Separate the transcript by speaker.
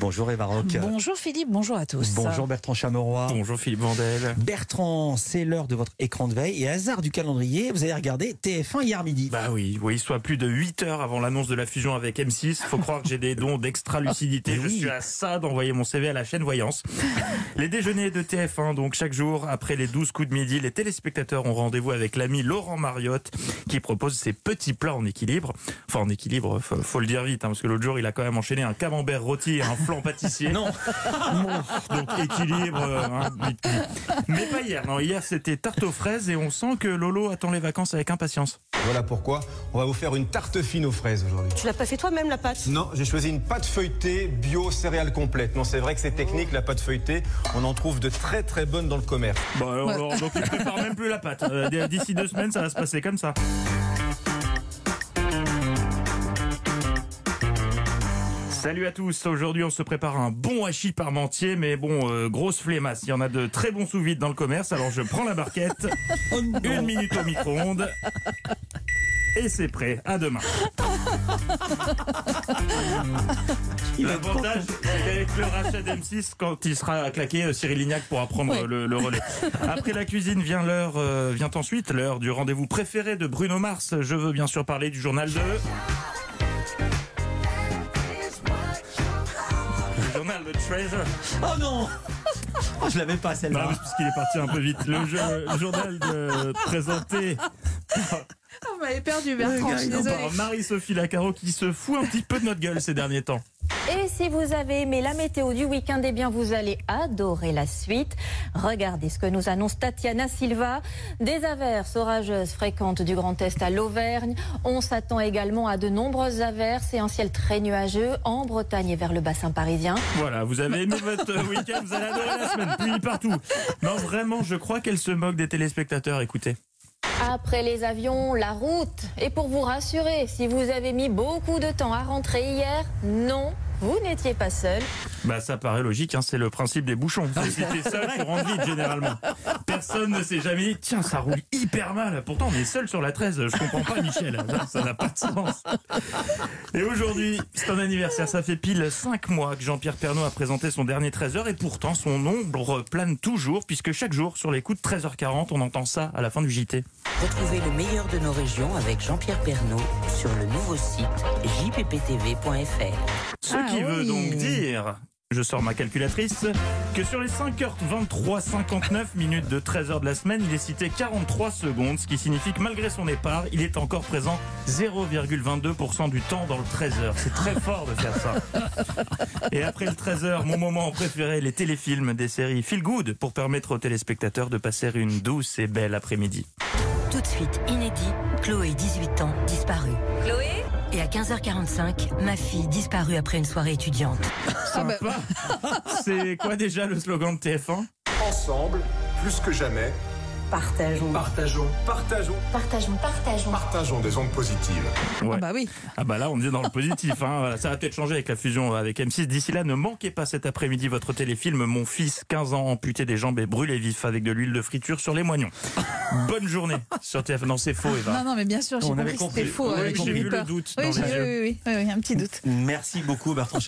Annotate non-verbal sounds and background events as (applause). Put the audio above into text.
Speaker 1: Bonjour Eva Rock.
Speaker 2: Bonjour Philippe, bonjour à tous.
Speaker 1: Bonjour Bertrand Chameroy.
Speaker 3: Bonjour Philippe Vandel.
Speaker 1: Bertrand, c'est l'heure de votre écran de veille et hasard du calendrier, vous allez regarder TF1 hier midi.
Speaker 3: Bah oui, oui, soit plus de 8 heures avant l'annonce de la fusion avec M6. Faut croire que j'ai des dons d'extra lucidité. Je suis à ça d'envoyer mon CV à la chaîne Voyance. Les déjeuners de TF1, donc chaque jour, après les 12 coups de midi, les téléspectateurs ont rendez-vous avec l'ami Laurent Mariotte qui propose ses petits plats en équilibre. Enfin, en équilibre, faut, faut le dire vite, hein, parce que l'autre jour, il a quand même enchaîné un camembert rôti et un flan pâtissier. Non Donc équilibre. euh, hein, vite, vite. Mais pas hier. Non, hier, c'était tarte aux fraises et on sent que Lolo attend les vacances avec impatience.
Speaker 4: Voilà pourquoi on va vous faire une tarte fine aux fraises aujourd'hui.
Speaker 5: Tu l'as pas fait toi-même la pâte
Speaker 4: Non, j'ai choisi une pâte feuilletée bio céréales complète. Non, c'est vrai que c'est technique, la pâte feuilletée. On en trouve de très très bonnes dans le commerce.
Speaker 3: Bon, Bah, alors, alors, donc il prépare même plus la pâte. Euh, d- D'ici deux semaines, ça va se passer comme ça. Salut à tous. Aujourd'hui, on se prépare un bon hachis parmentier, mais bon, euh, grosse flémasse. Il y en a de très bons sous vide dans le commerce, alors je prends la barquette.
Speaker 1: Oh
Speaker 3: Une minute au micro-ondes. Et c'est prêt. À demain. L'avantage, c'est qu'avec le rachat d'M6, quand il sera claqué, euh, Cyril Lignac pourra prendre euh, le, le relais. Après la cuisine vient l'heure, euh, vient ensuite l'heure du rendez-vous préféré de Bruno Mars. Je veux bien sûr parler du journal de. Le journal de Treasure.
Speaker 1: Oh non (laughs) Oh, Je l'avais pas
Speaker 2: Bah,
Speaker 3: Non,
Speaker 1: celle-là.
Speaker 3: mais c'est parce qu'il est parti un peu vite. Le, jeu- le journal de présenté
Speaker 2: Vous m'avez perdu Bertrand, je suis désolée.
Speaker 3: par Marie-Sophie Lacaro qui se fout un petit peu de notre gueule ces derniers temps.
Speaker 6: Et si vous avez aimé la météo du week-end, eh bien vous allez adorer la suite. Regardez ce que nous annonce Tatiana Silva. Des averses orageuses fréquentes du Grand Est à l'Auvergne. On s'attend également à de nombreuses averses et un ciel très nuageux en Bretagne et vers le bassin parisien.
Speaker 3: Voilà, vous avez aimé votre euh, week-end, vous allez adorer la semaine, puis partout. Non, vraiment, je crois qu'elle se moque des téléspectateurs, écoutez.
Speaker 6: Après les avions, la route. Et pour vous rassurer, si vous avez mis beaucoup de temps à rentrer hier, non, vous n'étiez pas seul.
Speaker 3: Bah ça paraît logique, hein, c'est le principe des bouchons. Si t'es seul, tu rentres vite généralement. Personne ne s'est jamais dit, tiens, ça roule hyper mal. Pourtant, on est seul sur la 13, je comprends pas Michel, Ça, ça n'a pas de sens. Et aujourd'hui, c'est un anniversaire, ça fait pile 5 mois que Jean-Pierre Pernaud a présenté son dernier 13h et pourtant son ombre plane toujours puisque chaque jour sur les coups de 13h40, on entend ça à la fin du JT.
Speaker 7: Retrouvez le meilleur de nos régions avec Jean-Pierre Pernaud sur le nouveau site jpptv.fr.
Speaker 3: Ce
Speaker 2: Ah
Speaker 3: qui veut
Speaker 2: oui.
Speaker 3: donc dire, je sors ma calculatrice, que sur les 5h23, 59 minutes de 13h de la semaine, il est cité 43 secondes, ce qui signifie que malgré son départ, il est encore présent 0,22% du temps dans le 13h. C'est très (laughs) fort de faire ça. Et après le 13h, mon moment préféré, les téléfilms des séries Feel Good pour permettre aux téléspectateurs de passer une douce et belle après-midi.
Speaker 8: Tout de suite, inédit, Chloé, 18 ans, disparue.
Speaker 6: Chloé
Speaker 8: Et à 15h45, ma fille disparue après une soirée étudiante.
Speaker 2: bah-
Speaker 3: Sympa. C'est quoi déjà le slogan de TF1
Speaker 9: ensemble, plus que jamais.
Speaker 5: Partageons.
Speaker 9: Partageons. Partageons.
Speaker 6: Partageons, partageons.
Speaker 9: Partageons des ondes positives.
Speaker 3: Ouais.
Speaker 2: Ah bah oui.
Speaker 3: Ah bah là, on est dans le positif. Hein. Voilà, ça va peut-être changer avec la fusion avec M6. D'ici là, ne manquez pas cet après-midi votre téléfilm Mon fils, 15 ans, amputé des jambes et brûlé vif avec de l'huile de friture sur les moignons. Bonne journée sur TF. Non, c'est faux, Eva.
Speaker 2: Non, non, mais bien sûr, j'ai
Speaker 1: On avait
Speaker 2: compris que c'était
Speaker 1: compris.
Speaker 2: faux.
Speaker 1: On
Speaker 2: euh,
Speaker 1: avait
Speaker 2: j'ai
Speaker 1: compris.
Speaker 2: eu
Speaker 3: J'ai vu
Speaker 2: peur.
Speaker 3: le doute
Speaker 2: Oui,
Speaker 3: dans
Speaker 2: j'ai-
Speaker 3: les yeux.
Speaker 2: oui, oui, oui, oui, un petit doute.
Speaker 1: Merci beaucoup Bertrand Chameroy.